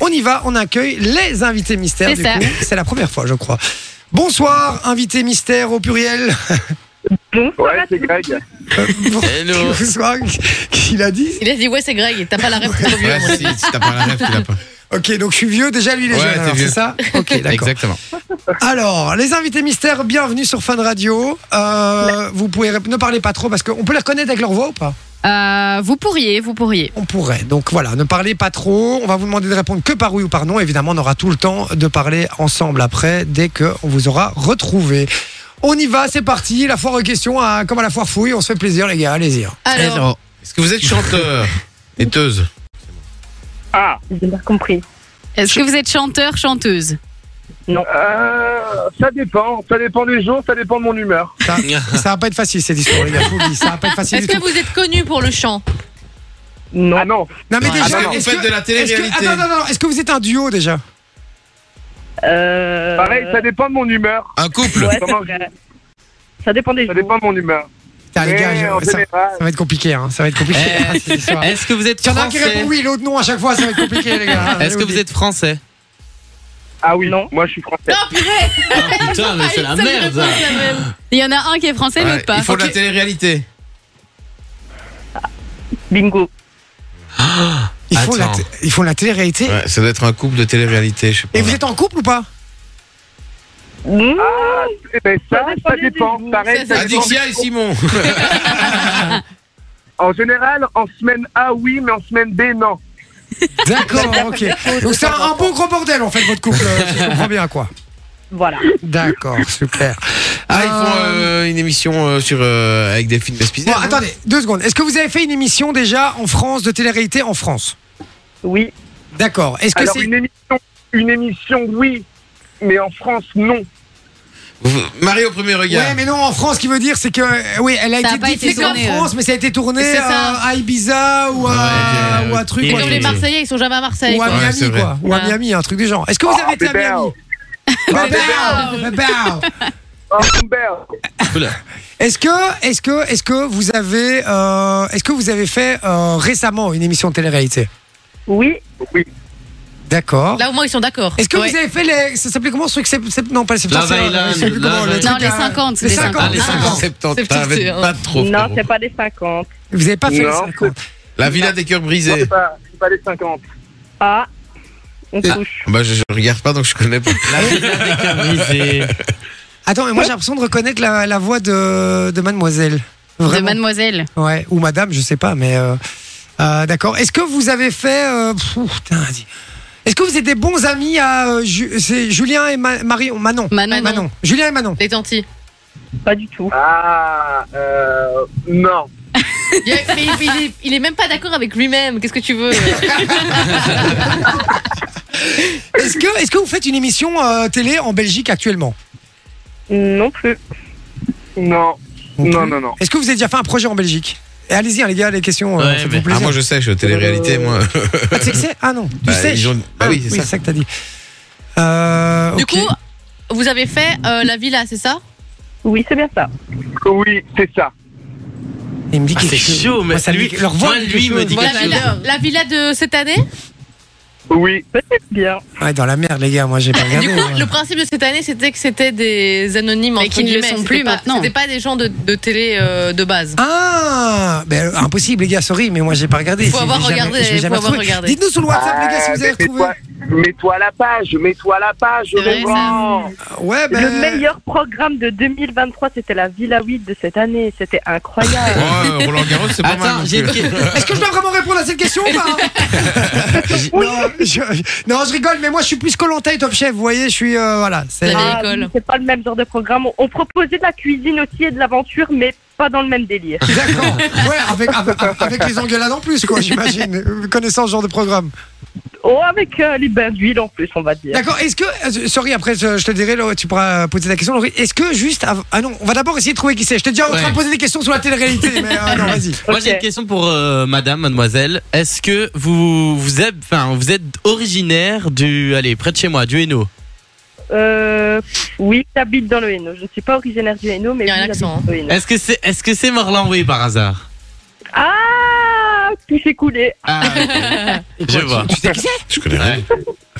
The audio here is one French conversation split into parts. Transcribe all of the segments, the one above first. On y va, on accueille les invités mystères. C'est du ça. coup. C'est la première fois, je crois. Bonsoir, invité mystère au pluriel. Ah, Ouais, c'est Greg. Euh, bon- Hello. Bonsoir, qu'il a dit. Il a dit ouais c'est Greg, t'as pas la rêve trop vieux. à Ouais, mon avis. si, si t'as pas la rêve, tu l'as pas. Ok, donc je suis vieux, déjà lui il est Ouais, jeune, t'es alors, vieux. c'est ça Ok, d'accord. Exactement. Alors, les invités mystères, bienvenue sur Fun Radio. Euh, vous pouvez rép- ne parlez pas trop parce qu'on peut les reconnaître avec leur voix ou pas Euh, vous pourriez, vous pourriez. On pourrait. Donc voilà, ne parlez pas trop. On va vous demander de répondre que par oui ou par non. Évidemment, on aura tout le temps de parler ensemble après, dès que on vous aura retrouvé. On y va, c'est parti. La foire aux questions, hein, comme à la foire fouille, on se fait plaisir, les gars. Allez-y. hein. Alors, Alors, Est-ce que vous êtes chanteur Netteuse Ah, J'ai pas compris. est-ce que vous êtes chanteur, chanteuse euh, ça dépend. Ça dépend des jours, ça dépend de mon humeur. Ça, ça va pas être facile cette histoire, les gars. je vous le dis, ça va pas être facile Est-ce du que tout. vous êtes connu pour le chant Non. Ah non, Non mais déjà, Ah, Est-ce que vous est-ce faites que- de la est-ce que- télé-réalité ah, non, non, non, est-ce que vous êtes un duo déjà Euh... pareil, ça dépend de mon humeur. bah. Un couple Ouais, Comment- c'est vrai. Ça dépend des Ça jours. dépend de mon humeur. Putain, les gars, Mais je- en ça, général, ça va être compliqué, hein, ça va être compliqué. Eh, cette histoire. Est-ce que vous êtes Il y en a un qui français répond oui, l'autre non à chaque fois, ça va être compliqué, les gars. Est-ce que vous êtes français ah oui, Non. moi je suis français. Non purée Ah putain, mais c'est la Seule réponse, merde la même. Il y en a un qui est français, Ouais, l'autre pas. Il faut de la Ok. télé-réalité. Bingo. ils font, la, Attends. t- ils font la télé-réalité. Ouais, ça doit être un couple de télé-réalité, je sais pas. Et vous êtes en couple ou pas Mmh. Ah, eh ben, ça, Ça ça dépend des dépend. jours. Pareil, Ça, ça ça dépend. Adixia Ah, et Simon En général, en semaine A, oui, mais en semaine B, non. D'accord, ok. Donc c'est un, un bon gros bordel en fait votre couple, euh, si je comprends bien quoi. Voilà. D'accord, super. Ah, ils Euh, font euh, une émission euh, sur, euh, avec des films Bon, d'Espizet. attendez, deux secondes. Est-ce que vous avez fait une émission déjà en France de télé-réalité en France Oui. D'accord. Est-ce que Alors c'est une émission, une émission, oui, mais en France, non. Marie au premier regard. Ouais, mais non, en France, ce qui veut dire, c'est que euh, oui, elle a Ça a été pas été diffusée en tourné, France, mais ça a été tourné C'est ça. euh, à Ibiza ou à, Ouais, euh, ou à un truc, et C'est quoi, Comme Ouais, les ouais. Marseillais, ils sont jamais à Marseille. ou à quoi. Ouais, Miami, c'est vrai. quoi, ou à Ouais. Miami, un truc du genre. Est-ce que vous Ah, avez été à Bébert. Miami Bébert. Bébert, Bébert. Oh, Humbert. Oula. Est-ce que, est-ce que, est-ce que vous avez, euh, est-ce que vous avez fait euh, récemment une émission de télé-réalité Oui. Oui. D'accord. Là au moins ils sont d'accord. Est-ce que Ouais. vous avez fait les, ça s'appelait comment ce truc c'est, c'est- Non, pas les 70, Love c'est- Island, je sais plus Love comment, le Island. truc, Non, les euh, 50, les les 50. Ah, les Ah, 50, c'est 70, petit, t'avais hein. pas trop. non, frérot. c'est pas des 50. Vous n'avez pas fait Non. les 50. La Villa des Cœurs Non, Brisés. c'est pas, c'est pas les 50. Ah. On Ah. touche. Bah, je, je regarde pas, donc je connais pas. La villa des cœurs brisés. Attends, mais moi j'ai l'impression de reconnaître la, la voix de, de mademoiselle. De Vraiment. mademoiselle. Ouais, ou madame, je sais pas, mais. euh, euh, d'accord. Est-ce que vous avez fait. euh, pff, putain, dis- Est-ce que vous êtes des bons amis à. euh, Ju- c'est Julien et Ma- Marie. Manon. Manon. Manon. Julien et Manon. Les tantis. Pas du tout. Ah, euh, non. Il est- mais il- il est- il est même pas d'accord avec lui-même. Qu'est-ce que tu veux Est-ce que, est que vous faites une émission euh, télé en Belgique actuellement Non plus. Non, non, non, non. Est-ce que vous avez déjà fait un projet en Belgique Et Allez-y, hein, les gars, les questions. euh, Ouais, faites-vous mais- Ah, plaisir. moi, je sais, je suis aux télé-réalité, moi. Ah, tu sais que c'est- ah non, tu Bah, sais. ils ont- bah oui, c'est c'est ça. ça que t'as dit. Euh, Du ok. coup, vous avez fait euh, la villa, c'est ça Oui, c'est bien ça. Oui, c'est ça. il me dit Ah, quelque c'est chose. chaud, mais Moi, ça me lui- dit- leur voix moi, me dit lui quelque me chose. dit- la quelque chose. villa, la villa de cette année Oui, Peut-être bien. Ouais, dans la merde, les gars, moi j'ai pas regardé. Du coup, moi. le principe de cette année, c'était que c'était des anonymes Mais entre qui ne le guillemets, sont c'était plus pas- maintenant. C'était pas des gens de, de télé euh, de base. Ah ben, Impossible, les gars, sorry, mais moi j'ai pas regardé. Faut J'ai avoir jamais- regardé, j'ai faut jamais avoir retrouvé. regardé. Dites-nous sur le WhatsApp, les gars, si vous avez Ah, retrouvé. Mets-toi, mets-toi à la page, mets-toi à la page, C'est vrai, Laurent. Ouais, ben. Le meilleur programme de 2023, c'était la Villa 8 de cette année. C'était incroyable. Ouais, Roland Garros, c'est pas mal. non Attends, plus. j'ai une que- Est-ce que je dois vraiment répondre à cette question ou pas non, je... non, je rigole, mais moi je suis plus Colanta et Top Chef, vous voyez, je suis. euh, voilà. c'est- La vieille Ah, école. oui, c'est pas le même genre de programme. On- On proposait de la cuisine aussi et de l'aventure, mais pas dans le même délire. D'accord. Ouais, avec, avec, avec les engueulades en plus, quoi, j'imagine, connaissant ce genre de programme. Oh, avec euh, les bains d'huile en plus, on va dire. D'accord, est-ce que. euh, Sorry, après je je te dirai, Laurie, tu pourras poser ta question, Laurie. Est-ce que juste. av- Ah non, on va d'abord essayer de trouver qui c'est. Je t'ai déjà en train Ouais. de poser des questions sur la télé-réalité, mais euh, non, vas-y. Moi, Ok. j'ai une question pour euh, madame, mademoiselle. Est-ce que vous, vous, êtes, enfin, vous êtes originaire du. Allez, près de chez moi, du Hainaut Euh, oui, j'habite dans le Hainaut. Je ne suis pas originaire du Hainaut, mais Il y a oui, un accent, hein. j'habite dans le Hainaut. Est-ce que c'est est -ce c'est Morlan Way par hasard Ah Ah, tout s'est coulé. Ah, je vois. Je connais rien.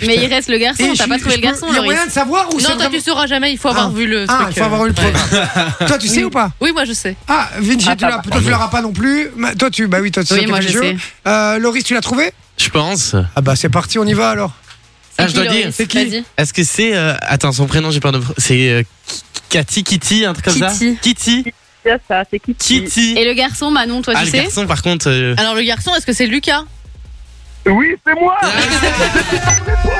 Mais il reste le garçon, Et t'as je- pas trouvé je le peux- garçon, Il y a Loris moyen de savoir où c'est Non, toi vraiment- tu sauras jamais, il faut avoir Ah. vu le Ah, truc, il faut avoir eu le euh, ouais. programme. toi, tu sais ou pas Oui, moi je sais. Ah, Vinci, Ah, tu l'as- papa. toi, tu l'auras pas non plus. Ma- Toi, tu. Bah oui, toi, tu Oui, sautais moi le je jeu. sais. Euh, Loris, tu l'as trouvé Je pense. Ah, bah c'est parti, on y va alors. Ah, qui, je dois Loris dire, c'est qui Vas-y. Est-ce que c'est. euh, attends, son prénom, j'ai peur de. C'est euh, Cathy, Kitty, un truc comme Kitty. ça Kitty. C'est ça, c'est qui Kitty. Et le garçon, Manon, toi, Ah, tu le sais garçon, par contre. euh, Alors le garçon, est-ce que c'est Lucas Oui, c'est moi Ah, Ah,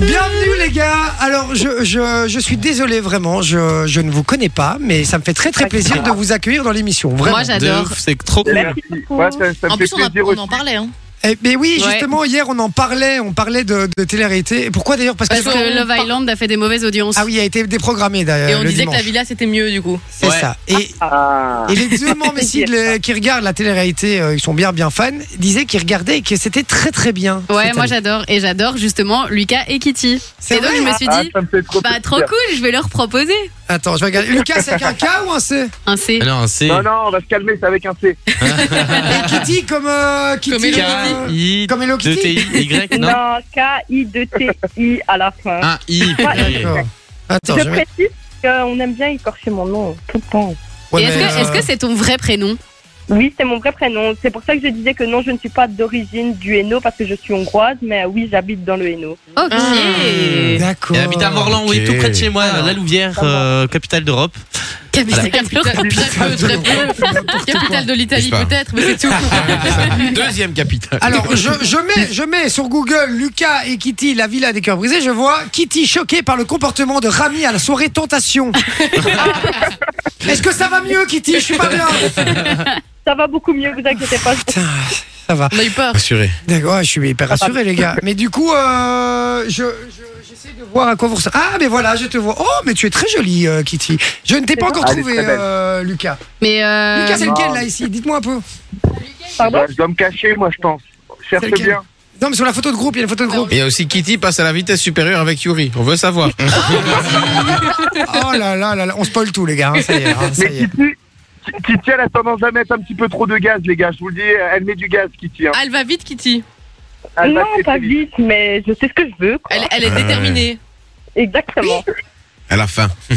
Bienvenue les gars. Alors je, je, je suis désolé vraiment, je, je ne vous connais pas, mais ça me fait très très plaisir de vous accueillir dans l'émission. Vraiment. Moi, de j'adore. ouf, C'est trop cool. Merci beaucoup. Ouais, ça, ça me En fait plus, on, a- plaisir on aussi. en parlait. Hein. Eh, mais oui, Ouais. justement hier on en parlait, on parlait de, de télé-réalité. Et Pourquoi d'ailleurs Parce que Parce que Love Island a fait des mauvaises audiences. ah oui, a été déprogrammé Et d'ailleurs on le disait que la dimanche. villa c'était mieux du coup. C'est Ouais. ça. Et, Ah. et les deux membres ici de les- qui regardent la télé-réalité, euh, ils sont bien bien fans, disaient qu'ils regardaient et que c'était très très bien. Ouais, cette moi année. j'adore. Et j'adore justement Lucas et Kitty. C'est Et donc vrai je me suis Ah, dit, ça me fait trop bah plaisir. trop cool, je vais leur proposer. Attends, je vais regarder. Lucas, c'est avec un K ou un C Un C. Ah Non, c'est. Non, non, on va se calmer, c'est avec un C. Et Kitty comme euh, Kitty, Comme Hello euh, K-I. comme Hello De Kitty. T-I-Y, non Non, K-I-D-T-I à la fin. Un I, purée. D'accord. Attends, je je vais- précise qu'on aime bien écorcher mon nom tout le temps. Ouais, Et est-ce mais, que- est-ce que c'est ton vrai prénom Oui, c'est mon vrai prénom. C'est pour ça que je disais que non, je ne suis pas d'origine du Hainaut parce que je suis hongroise, mais oui, j'habite dans le Hainaut. Ah. Ok. euh, Mm. D'accord. Elle habite à Morlan, oui, Ok. tout près de chez moi, à la Louvière, euh, capitale d'Europe. Capitaine Capitale, Capitale de- très peu, très peu. Capitale de Je l'Italie sais pas. peut-être, mais c'est tout. Deuxième capitale. Alors, je, je mets, je mets sur Google Lucas et Kitty, la villa des cœurs brisés. Je vois Kitty choquée par le comportement de Rami à la soirée Tentation. Est-ce que ça va mieux, Kitty Je suis pas bien. Ça va beaucoup mieux, vous inquiétez pas. Putain, ça va. On a eu peur. Rassuré. D'accord, ouais, je suis hyper rassuré, les gars. Mais du coup, euh, je. je- J'essaie de voir à quoi vous ressemblez. Ah, mais voilà, je te vois. Oh, mais tu es très jolie, euh, Kitty. Je ne t'ai pas encore Elle est trouvé, Ah, très belle. euh, Lucas. Mais euh, Lucas, c'est non. lequel, là, ici Dites-moi un peu. Je Pardon dois- je dois me cacher, moi, je pense. Cherche C'est lequel bien. Non, mais sur la photo de groupe, il y a une photo de groupe. Il y a aussi Kitty passe à la vitesse supérieure avec Yuri. On veut savoir. Oh là là là là, on spoil tout, les gars. hein, ça y est, hein, ça Mais y est. Kitty, Kitty, elle a tendance à mettre un petit peu trop de gaz, les gars. Je vous le dis, elle met du gaz, Kitty. hein. Ah, Elle va vite, Kitty. Elle va Ah, Non, très, pas très vite. vite, mais je sais ce que je veux. quoi. Elle, elle est Ouais. déterminée. Exactement. À la fin. Oh.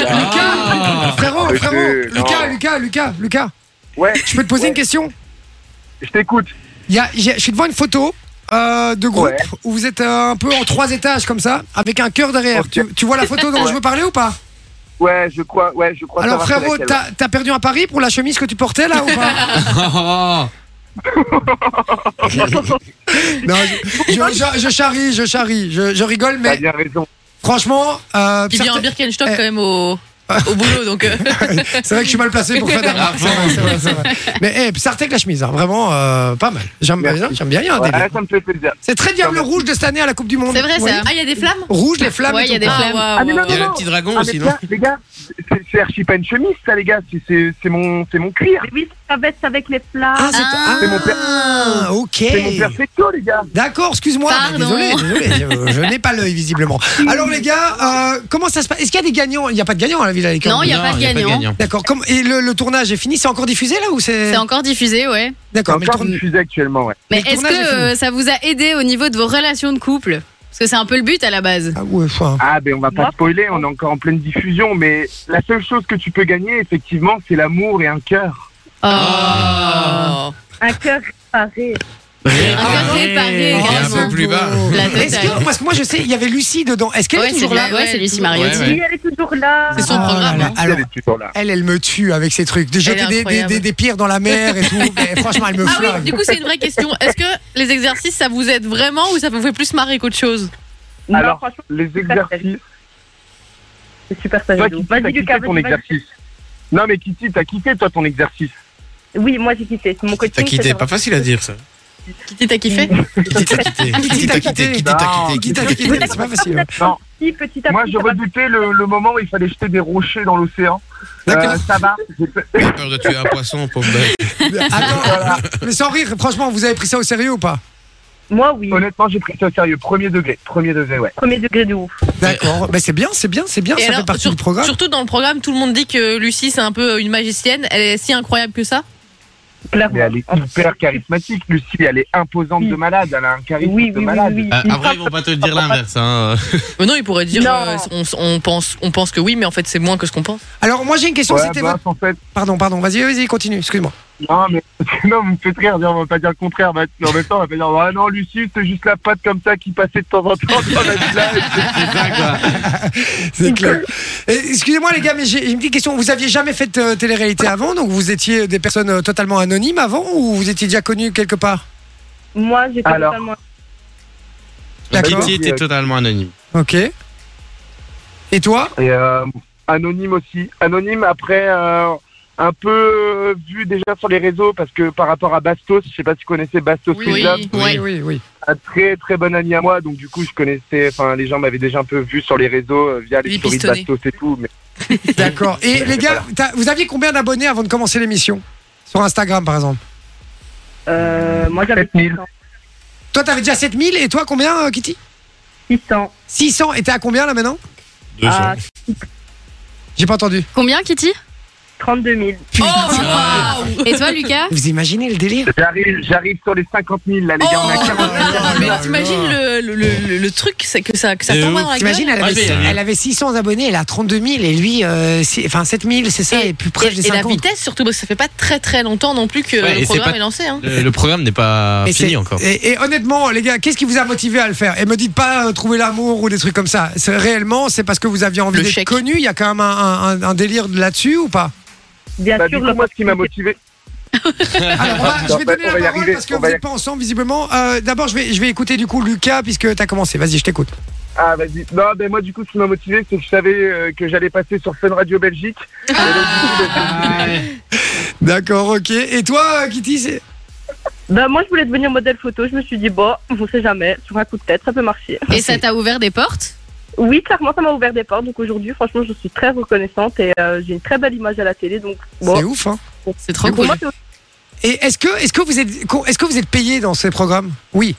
Lucas, Ah, frérot, Monsieur, frérot, non. Lucas, Lucas, Lucas, Lucas, Ouais, je peux te poser Ouais. une question je t'écoute. Il y a- j'ai- Je suis devant une photo euh, de groupe Ouais. où vous êtes euh, un peu en trois étages comme ça, avec un cœur derrière. Ok. Tu, tu vois la photo dont je veux parler ou pas Ouais, je crois, ouais, je crois. Alors savoir c'est frérot, laquelle. t'as t'as perdu un pari pour la chemise que tu portais là ou pas Non, je, je- je- je charrie, je charrie, je, je rigole, T'as mais bien raison. franchement, euh, Il vient en certains- Birkenstock Eh. quand même au, au boulot, donc. euh, C'est vrai que je suis mal placé pour faire des remarques. c'est vrai, c'est vrai, c'est vrai. Mais hey, ça avec la chemise, hein, vraiment euh, pas mal. J'aime Merci. bien, j'aime bien. il y a un Ouais, délire. ah, ça me fait plaisir. C'est très diable rouge de cette année à la Coupe du Monde. c'est vrai Ouais. ça. Ah, il y a des flammes Rouge, les flammes. Ouais, et il y a tout. des flammes. waouh, Ah, mais waouh, non, Il y waouh. a le petit dragon Ah, aussi, mais non tiens, les gars, c'est- c'est archi pas une chemise, ça, les gars. C'est- C'est c'est mon, c'est mon cuir. Oui, ça va être avec les Ah, plats. c'est Ah. ah, ok. C'est mon perfecto, les gars. D'accord, excuse-moi. mais Pardon. Désolé, désolé. Je, je n'ai pas l'œil visiblement. Alors les gars, euh, comment ça se passe Est-ce qu'il y a des gagnants Il n'y a pas de gagnants à la Villa des Cœurs. Non, il y a pas de gagnant. D'accord. comme- Et le, le tournage est fini C'est encore diffusé là ou c'est C'est encore diffusé, ouais. D'accord. Mais le Encore tourn- une fusée actuellement, ouais. Mais le est-ce tournage est que euh, ça vous a aidé au niveau de vos relations de couple Parce que c'est un peu le but à la base. Ah, ouais, enfin, Ah, ben on va pas Moi, spoiler, on est encore en pleine diffusion, mais la seule chose que tu peux gagner, effectivement, c'est l'amour et un cœur. Ah. Oh. Un cœur réparé. Ah, Ah, Encore réparé, Oh, un c'est peu carrément. plus beau. bas. La totale. Est-ce que, parce que moi je sais, il y avait Lucie dedans. Est-ce qu'elle Ouais, est c'est toujours là la- ouais, c'est Lucie Mariotti. Ouais, ouais. Oui, elle est toujours là. C'est son Oh là programme. là. hein. Alors, Elle est toujours là. elle, elle me tue avec ces trucs. De jeter est des, des, incroyable. des- des pierres dans la mer et tout. Mais franchement, elle me Ah oui, flingue. du coup, c'est une vraie question. Est-ce que les exercices, ça vous aide vraiment ou ça vous fait plus marrer qu'autre chose Non, Alors, franchement, Les exercices. c'est super Toi, sérieux. Kitty, t'as Vas-y, Lucas, kiffé ton vas-y, vas-y. exercice. Non, mais Kitty, t'as kiffé, toi, ton exercice. Oui, moi j'ai quitté. C'est mon coaching. T'as quitté, c'est pas facile à dire ça. Kitty, t'as kiffé Kitty t'a quitté. Kitty t'a quitté. Kitty t'a quitté. Qui t'a- qui t'a- C'est pas facile. hein. petit, petit à Moi, petit, je ça va redoutais le, le moment où il fallait jeter des rochers dans l'océan. D'accord. Euh, ça va. Il a peur de tuer un poisson, pauvre bête. Attends, mais sans rire, franchement, vous avez pris ça au sérieux ou pas Moi, oui. Honnêtement, j'ai pris ça au sérieux. Premier degré. Premier degré, ouais. Premier degré de ouf. D'accord. Mais c'est bien, c'est bien, c'est bien. Et ça alors, fait partie sur- du programme. Surtout dans le programme, tout le monde dit que Lucie, c'est un peu euh, une magicienne. Elle est si incroyable que ça. Clairement. Mais elle Ah, est hyper charismatique, Lucie. Elle est imposante de malade. Elle a un charisme Oui, de oui, oui, malade. oui. Ah, Euh, après, ils vont pas te le dire l'inverse. Hein. Mais non, il pourrait dire Non. euh, on, on pense, on pense que oui, mais en fait, c'est moins que ce qu'on pense. Alors, moi, j'ai une question. Ouais, C'était bah, votre... en fait, Pardon, pardon. Vas-y, vas-y, continue. Excuse-moi. non, mais non, vous me faites rire. dire, On va pas dire le contraire. Bah, en même temps, on va pas dire Ah non, Lucie, c'est juste la patte comme ça qui passait de temps en temps dans la village. C'est ça, quoi. C'est clair. Et Excusez-moi, les gars, mais j'ai j'ai une petite question. Vous aviez jamais fait de euh, télé-réalité avant, donc vous étiez des personnes euh, totalement anonymes avant ou vous étiez déjà connues quelque part Moi, j'étais Alors. totalement. D'accord. Kitty était totalement anonyme. Ok. Et toi Et euh, anonyme aussi. Anonyme après euh, un peu euh, vu déjà sur les réseaux parce que par rapport à Bastos, je sais pas si vous connaissez Bastos Oui. Club, Ouais. oui, oui. un très très bon ami à moi, donc du coup je connaissais, enfin les gens m'avaient déjà un peu vu sur les réseaux euh, via les Il est stories de pistonné. Bastos et tout. Mais D'accord. Et les gars, t'as- vous aviez combien d'abonnés avant de commencer l'émission Sur Instagram, par exemple. Euh, moi, j'avais 7000. Toi, t'avais déjà 7000 et toi, combien, euh, Kitty 600. 600. Et t'es à combien là maintenant Ah, J'ai pas entendu. Combien, Kitty 32 000. Oh, Et toi, Lucas Vous imaginez le délire j'arrive, j'arrive sur les 50 000 là, les gars, on a Oh. 40 000. mais t'imagines le, le, le- le truc, c'est que ça, que ça Et tombe ouf. dans la gueule. T'imagines, elle, Ah, avait- mais, euh, elle avait 600 abonnés, elle a 32 000 et lui, euh, six- enfin 7 000, c'est ça, et, plus près des Et, et la 50. vitesse, surtout parce que ça fait pas très très longtemps non plus que Ouais, et le c'est programme pas- est lancé. Hein. Le, le programme n'est pas Et c'est- Ah, fini encore. Et, et honnêtement, les gars, qu'est-ce qui vous a motivé à le faire Et me dites pas euh, trouver l'amour ou des trucs comme ça. C'est réellement, c'est parce que vous aviez envie Le d'être chèque. connu. Il y a quand même un, un- un délire là-dessus ou pas Bien Bah, du sûr, coup, le- moi, ce qui m'a motivé, Alors, on va- je Non, vais bah, donner la on va y parole arriver, parce que on vous va y- n'êtes pas ensemble visiblement. Euh, D'abord, je vais, je vais écouter du coup Lucas puisque t'as commencé. Vas-y, je t'écoute. ah vas-y, non, ben moi, du coup, ce qui m'a motivé, c'est que je savais euh, que j'allais passer sur Fun Radio Belgique. Ah. Et donc, du coup, ben, Ah D'accord, ok. Et toi, euh, Kitty c'est- Bah, moi, je voulais devenir modèle photo. Je me suis dit, bon, on sait jamais. Sur un coup de tête, ça peut marcher. Et ça t'a ouvert des portes Oui, clairement, ça m'a ouvert des portes. Donc aujourd'hui, franchement, je suis très reconnaissante et euh, j'ai une très belle image à la télé. Donc, C'est bon. ouf, hein C'est trop Mais pour cool. moi, c'est aussi- Et est-ce que, est-ce que vous êtes, est-ce que vous êtes payé dans ces programmes Oui.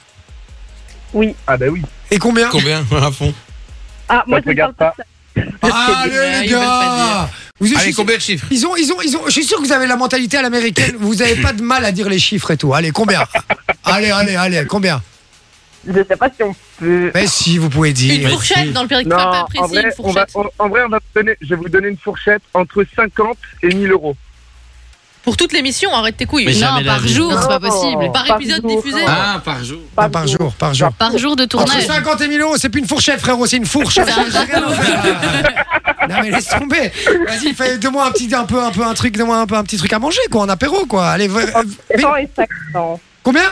Ah bah oui. Et combien Combien à fond Ah, moi, Ça te je ne Bah, regarde parle pas. de Ah, Allez, Ouais, les ils veulent pas gars Vous- je Allez, suis- combien de chiffres Ils ont, ils ont, ils ont. Je suis sûr que vous avez la mentalité à l'américaine. Vous avez pas de mal à dire les chiffres et tout. Allez, combien Allez, allez, allez, combien ça. Je ne sais pas si on peut. Mais si vous pouvez Une dire. fourchette dans le périphérique, Bah, pas Non, en précis, vrai, une on va, fourchette. on- en vrai, on va vous donner, je vais vous donner une fourchette entre 50 et 1000 euros. Pour toute l'émission, arrête tes couilles. Mais Non, jamais Non, la par vie. jour, c'est pas Non, possible. Par par épisode jour. diffusé. Ah, par jour. Ah, par jour, par jour. Par jour de Entre tournage. 50 et 1000 euros, c'est plus une fourchette, frérot, c'est une fourche. J'ai rien à faire. Non mais laisse tomber. Vas-y, fais- donne-moi un petit, un peu, un peu un truc, donne-moi un peu un petit truc à manger, quoi, un apéro, quoi. Allez, v- euh, mais- 100 et 500. combien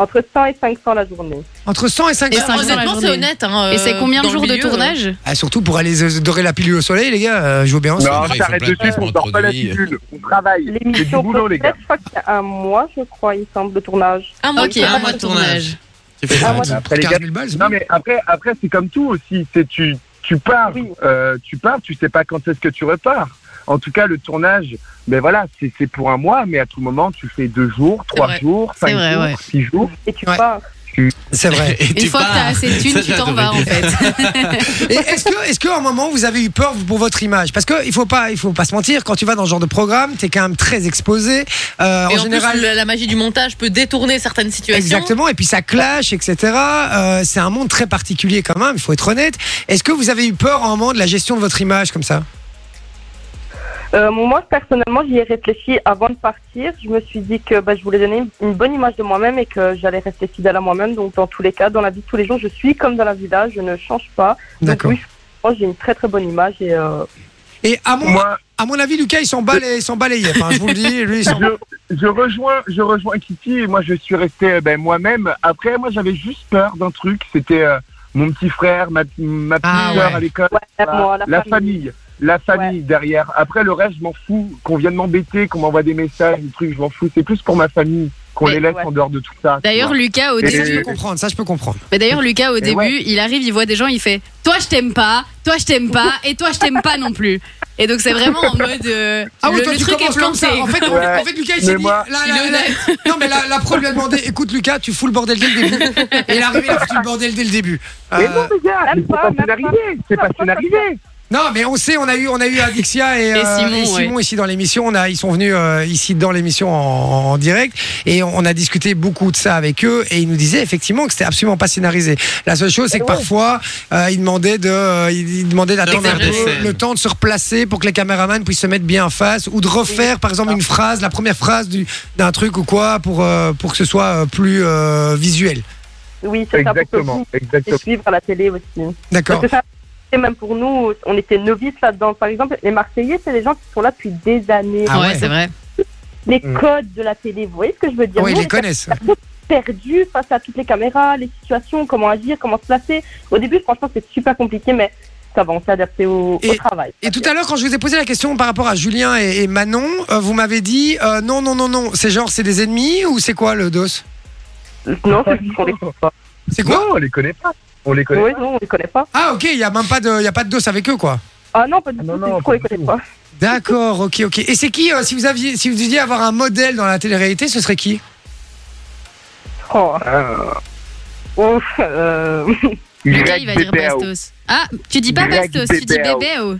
Entre 100 et 500 la journée. Entre 100 et Et 500. cinq- dans la Honnêtement, c'est journée. honnête. hein, Et euh, c'est combien de dans le jours de milieu, euh, tournage Ah, surtout pour aller euh, dorer la pilule au soleil, les gars. euh, je veux bien. ensemble. Non, vrai, il faut t'arrêtes plein de de suivre, on placements sort pas la produits. pilule, on travaille. C'est du L'émission boulot, peut les gars. je crois qu'il y a un mois, je crois, il me semble, le tournage. euh, Un mois Ok, qui un un mois de tournage. Tu fais Ah, ça. moi, tu- Après, les 15 gars, 000 balles, c'est non bon. mais après, après c'est comme tout aussi, c'est tu, tu pars, Oui. euh, tu pars, tu sais pas quand est-ce que tu repars. En tout cas, le tournage, ben voilà, c'est c'est pour un mois, mais à tout moment, tu fais deux jours, trois vrai. jours, cinq vrai, jours, ouais. six jours. Et tu Ouais. pars. C'est vrai. Et bah, Une tu fois que t'as pars. assez de thunes, Ça, tu t'en j'adorais. vas en fait. Et est-ce que, est-ce qu'à un moment vous avez eu peur pour votre image Parce que il faut pas, il faut pas se mentir. Quand tu vas dans ce genre de programme, t'es quand même très exposé. euh, Et en en général. plus, la- la magie du montage peut détourner certaines situations. Exactement, et puis ça clash, etc. Euh, c'est un monde très particulier quand même, il faut être honnête. Est-ce que vous avez eu peur en moment de la gestion de votre image comme ça Euh, moi, personnellement, j'y ai réfléchi avant de partir. Je me suis dit que bah, je voulais donner une bonne image de moi-même et que j'allais rester fidèle à moi-même. Donc, dans tous les cas, dans la vie de tous les jours, je suis comme dans la vie là, je ne change pas. Donc, D'accord. oui, je pense que j'ai une très très bonne image et euh, Et à mon, Moi, à mon avis, Lucas, il s'en bat les, il s'en bat les yeux. Enfin, je vous le dis, lui, il s'en je, je rejoins, je rejoins Kitty et moi je suis resté ben, moi-même. Après, moi j'avais juste peur d'un truc, c'était euh, mon petit frère, ma, ma petite Ah, sœur ouais. à l'école, ouais, moi, la, famille, la famille derrière. Après le reste, je m'en fous. Qu'on vienne m'embêter, qu'on m'envoie des messages, des trucs, je m'en fous. C'est plus pour ma famille qu'on Mais les laisse ouais. en dehors de tout ça. tu D'ailleurs, vois. Lucas, au Et- Ça, je début, peux comprendre, ça, je peux comprendre. Bah, d'ailleurs, Lucas, au Et début, ouais. il arrive, il voit des gens, il fait Toi, je t'aime pas, toi, je t'aime pas, et toi, je t'aime pas non plus. Et donc c'est vraiment en mode. euh, Ah oui, le, toi, le tu truc est commences comme planté. ça. En fait, on- Ouais. en fait, Lucas, il s'est Mais dit. moi- là, Il là, est là, non, mais la, la pro lui a demandé écoute, Lucas, tu fous le bordel dès le début. Et il est arrivé, il a foutu le bordel dès le début. Euh, Mais non, les gars, même c'est pas, pas même pas. scénarisé. C'est pas scénarisé. non, mais on sait, on a eu, on a eu Adixia et, Et Simon, ici dans l'émission. On a, ils sont venus euh, ici dans l'émission en, en direct et on, on a discuté beaucoup de ça avec eux et ils nous disaient effectivement que c'était absolument pas scénarisé. La seule chose, c'est que parfois euh, ils demandaient de, euh, ils ils demandaient d'attendre un D'exagérer. peu le temps de se replacer pour que les caméramans puissent se mettre bien en face ou de refaire par exemple une phrase, la première phrase du- d'un truc ou quoi pour euh, pour que ce soit euh, plus euh, visuel. Oui, c'est ça pour que Exactement, vous puissiez exactement. suivre à la télé aussi. Parce D'accord. que ça, c'est même pour nous, on était novices là-dedans. Par exemple, les Marseillais, c'est des gens qui sont là depuis des années. Ah ouais. ouais, c'est vrai. Les Mm. codes de la télé, vous voyez ce que je veux dire Oui, Nous, Ah ils on les était connaissent. perdus face à toutes les caméras, les situations, comment agir, comment se placer. Au début, franchement, c'est super compliqué, mais ça va, on s'est adapté au, Et- au travail. Et tout à l'heure, quand je vous ai posé la question par rapport à Julien et, et Manon, euh, vous m'avez dit euh, non, non, non, non. C'est genre, c'est des ennemis ou c'est quoi le dos Non, c'est juste qu'on les C'est quoi Non, on les connaît pas. On les connaît Oui, non, on les connaît pas. Ah, ok, il n'y a même pas de, il y a pas de dos avec eux, quoi. Ah non, pas du Ah tout, non, c'est non, juste qu'on les pas du connaît tout. pas. D'accord, ok, ok. Et c'est qui, euh, si, vous aviez, si vous deviez avoir un modèle dans la télé-réalité, ce serait qui Oh, pas. ouf, euh, Lucas, il va dire Bastos. Ah, tu dis pas oh. Greg oh. Bastos, tu dis oh. Bébéo.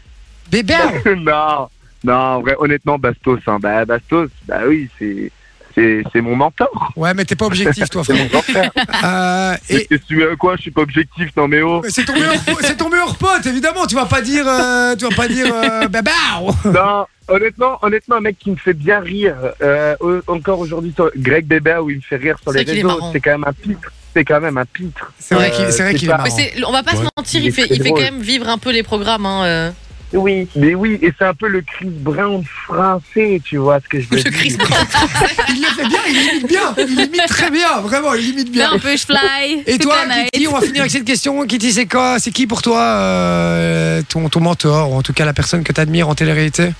Bébéo. Bébert non, non, en vrai, honnêtement, Bastos, hein, bah, Bastos, bah oui, c'est, c'est, c'est mon mentor, Ouais, mais t'es pas objectif, toi, c'est frère. mon grand frère. Euh, Et... et. que tu veux, quoi, je suis pas objectif, non mais oh. mais C'est ton, meilleur po- c'est ton meilleur pote, évidemment. Tu vas pas dire. euh, tu vas pas dire. euh, Bébert Non, honnêtement, honnêtement, un mec qui me fait bien rire, euh, au- encore aujourd'hui, sur- Greg Bébé, où il me fait rire sur C'est les vrai qu'il est réseaux, marrant. c'est quand même un pitre, c'est quand même un pitre. C'est vrai Euh, qu'il c'est vrai c'est qu'il est pas- marrant. Mais c'est- on va pas Ouais. se mentir, Il est il fait, très il fait quand drôle. même vivre un peu les programmes. Hein, euh. oui. Mais oui, et c'est un peu le Chris Brown français, tu vois ce que je veux dire. Chris Brown. Il le fait bien, il imite bien. Il imite très bien, vraiment, il imite Fais bien. un peu je fly. Et toute toi, la night. Kitty, on va finir avec cette question. Kitty, c'est quoi C'est qui pour toi euh, ton, ton mentor, ou en tout cas la personne que tu admires en télé-réalité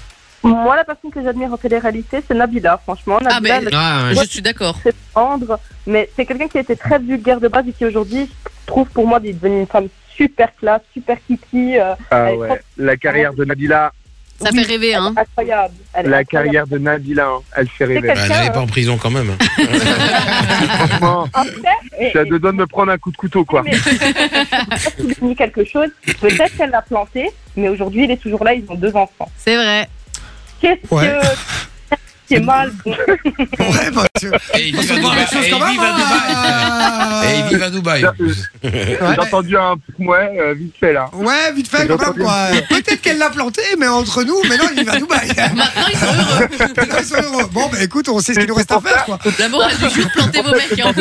Moi, la personne que j'admire en télé-réalité, c'est Nabila, franchement. Nabila, Ah, mais- elle Ah, Je suis d'accord. se prendre, mais c'est quelqu'un qui a été très vulgaire de base et qui aujourd'hui je trouve pour moi d'être devenue une femme super classe, super kiki, euh, Ah ouais, la carrière de Nabila, Ça fait rêver, hein. incroyable. Elle est la incroyable. carrière de Nabila, hein, elle fait rêver. Bah, elle n'allait pas en prison quand même. Franchement, je Et- suis à deux doigts de me prendre un coup de couteau, quoi. Mais- et- et- souligner quelque chose, peut-être qu'elle l'a planté, mais aujourd'hui il est toujours là, ils ont deux enfants. C'est vrai. Qu'est-ce Ouais. que c'est mal bon. Ouais, bah, tu... Et il faut vit se à dire Dubaï. les choses Et quand il même. vit à Dubaï. hein. Et il vit à Dubaï. en plus. Ouais. euh, J'ai entendu un ouais, euh, vite fait là. Ouais, vite fait, quand même, quoi. Peut-être qu'elle l'a planté, mais entre nous, maintenant, il va à Dubaï. Maintenant, ils sont heureux. Maintenant, ils sont heureux. Bon, bah écoute, on sait ce qu'il nous reste à faire, quoi. La morale du jour, plantez vos mecs. hein.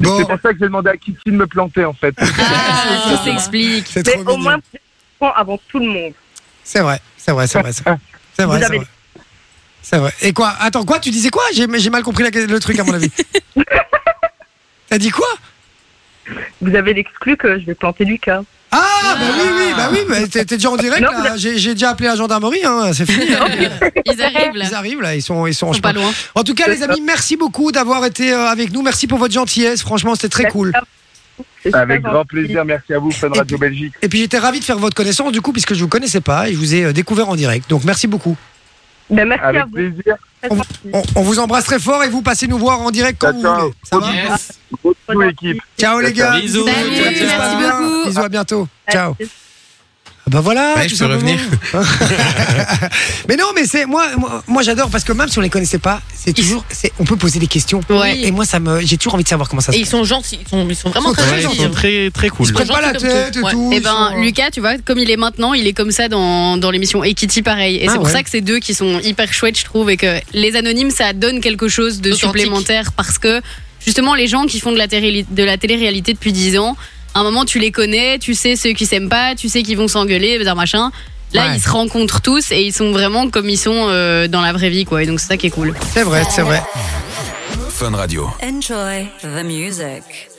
Bon, C'est pour ça que j'ai demandé à Kitty de me planter en fait. Ah, c'est ça s'explique. c'est Mais trop au moins mignon. vous êtes enfants avant tout le monde. C'est vrai, c'est vrai, c'est vrai. C'est vrai, c'est vrai. Vous c'est avez- vrai. C'est vrai. Et quoi Attends, quoi Tu disais quoi J'ai j'ai mal compris la- le truc, à mon avis. T'as dit quoi Vous avez l'exclu que je vais planter Lucas. Ah, bah oui, oui, bah oui, mais t'es t'es déjà en direct, Non, là. vous J'ai j'ai déjà appelé la gendarmerie, hein, c'est fini. Ils arrivent là. Ils arrivent, là, ils sont, ils sont en Ils sont pas chemin. loin. En tout cas, les amis, merci beaucoup d'avoir été euh, avec nous. Merci pour votre gentillesse, franchement, c'était très cool. C'est super Avec grand gentil. plaisir, merci à vous, Fun Et Radio Belgique. Et puis, j'étais ravi de faire votre connaissance, du coup, puisque je vous connaissais pas et je vous ai euh, découvert en direct. Donc, merci beaucoup. Ben, merci à Avec vous. plaisir. Très On- gentil. On, on vous embrasse très fort et vous passez nous voir en direct quand Ciao, vous ciao. voulez. Ça va Yes. Gros bisous, Merci. équipe. Ciao, les gars. Bisous. Bisous. Salut, Tout se merci passe bien. beaucoup. Bisous, à bientôt. Ciao. Ah Bah voilà, Ouais, tout je peux simplement. revenir. mais non, mais c'est moi, moi, moi, j'adore parce que même si on les connaissait pas, c'est toujours, c'est, on peut poser des questions. Ouais. Et moi, ça me, j'ai toujours envie de savoir comment ça se Et passe. ils sont gentils, ils sont, ils sont vraiment Ils sont très très gentils. gentils. très très Ils se cool. prennent pas la gentils comme tête et tout. Ouais. Eh tout. Et ils ben, sont- euh, Lucas, tu vois, comme il est maintenant, il est comme ça dans, dans l'émission Equity, pareil. Et Ah c'est pour ouais. ça que c'est deux qui sont hyper chouettes, je trouve, et que les anonymes, ça donne quelque chose de Authentique. supplémentaire parce que justement, les gens qui font de la, télé- de la télé-réalité depuis 10 ans, à un moment, tu les connais, tu sais ceux qui s'aiment pas, tu sais qu'ils vont s'engueuler, bazar machin. Là, Ouais. ils se rencontrent tous et ils sont vraiment comme ils sont euh, dans la vraie vie, quoi. Et donc, c'est ça qui est cool. C'est vrai, c'est vrai. Enjoy the music.